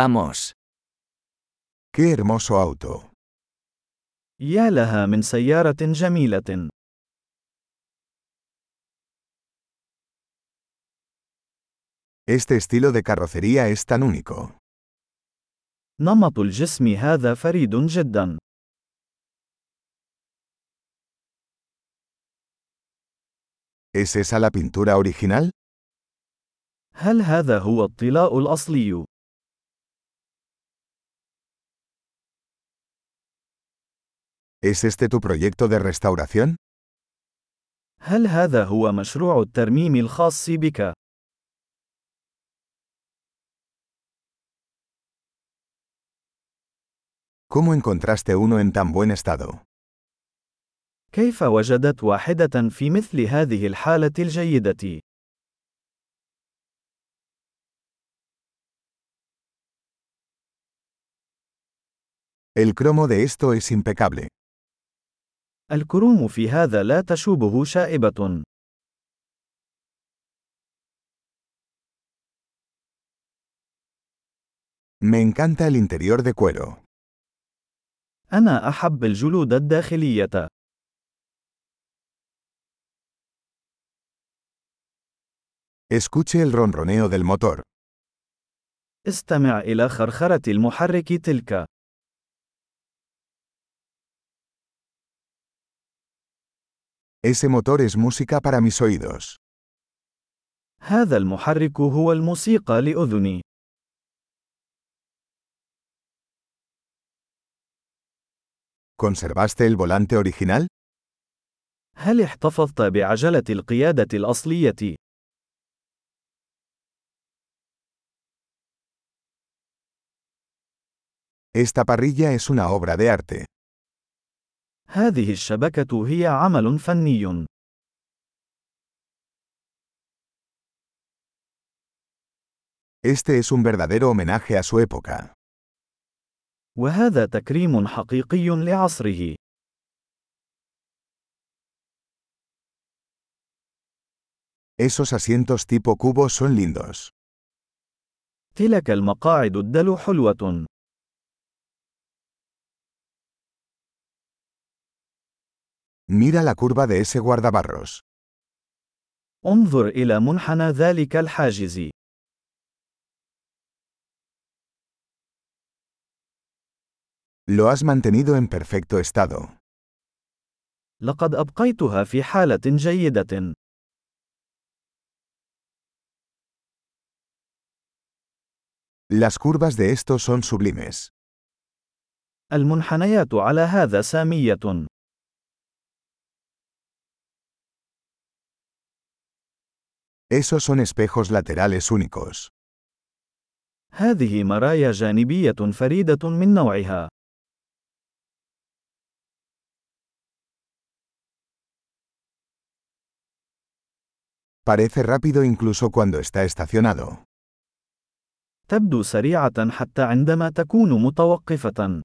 Vamos. ¡Qué hermoso auto! يا لها من سيارة جميلة. Este estilo de carrocería es tan único. نمط الجسم هذا فريد جدا. ¿Es esa la pintura original? هل هذا هو الطلاء الأصلي؟ ¿Es este tu proyecto de restauración? هل هذا هو مشروع الترميم الخاص بك؟ ¿Cómo encontraste uno en tan buen estado? كيف وجدت واحدة في مثل هذه الحالة الجيدة؟ El cromo de esto es impecable. الكروم في هذا لا تشوبه شائبة. Me encanta el interior de cuero. أنا أحب الجلود الداخلية. Escuche el ronroneo del motor. استمع إلى خرخرة المحرك تلك. Ese motor es música para mis oídos. هذا المحرك هو الموسيقى لأذني. ¿Conservaste el volante original? هل احتفظت بعجلة القيادة الأصلية؟ Esta parrilla es una obra de arte. هذه الشبكة هي عمل فني. Este es un verdadero homenaje a su época. وهذا تكريم حقيقي لعصره. Esos asientos tipo cubo son lindos. تلك المقاعد الدلو حلوة. Mira la curva de ese guardabarros. انظر إلى منحنى ذلك الحاجز. Lo has mantenido en perfecto estado. لقد أبقيتها في حالة جيدة. Las curvas de estos son sublimes. المنحنيات على هذا سامية. Esos son espejos laterales únicos. هذه مرايا جانبية فريدة من نوعها. Parece rápido incluso cuando está estacionado. تبدو سريعة حتى عندما تكون متوقفة.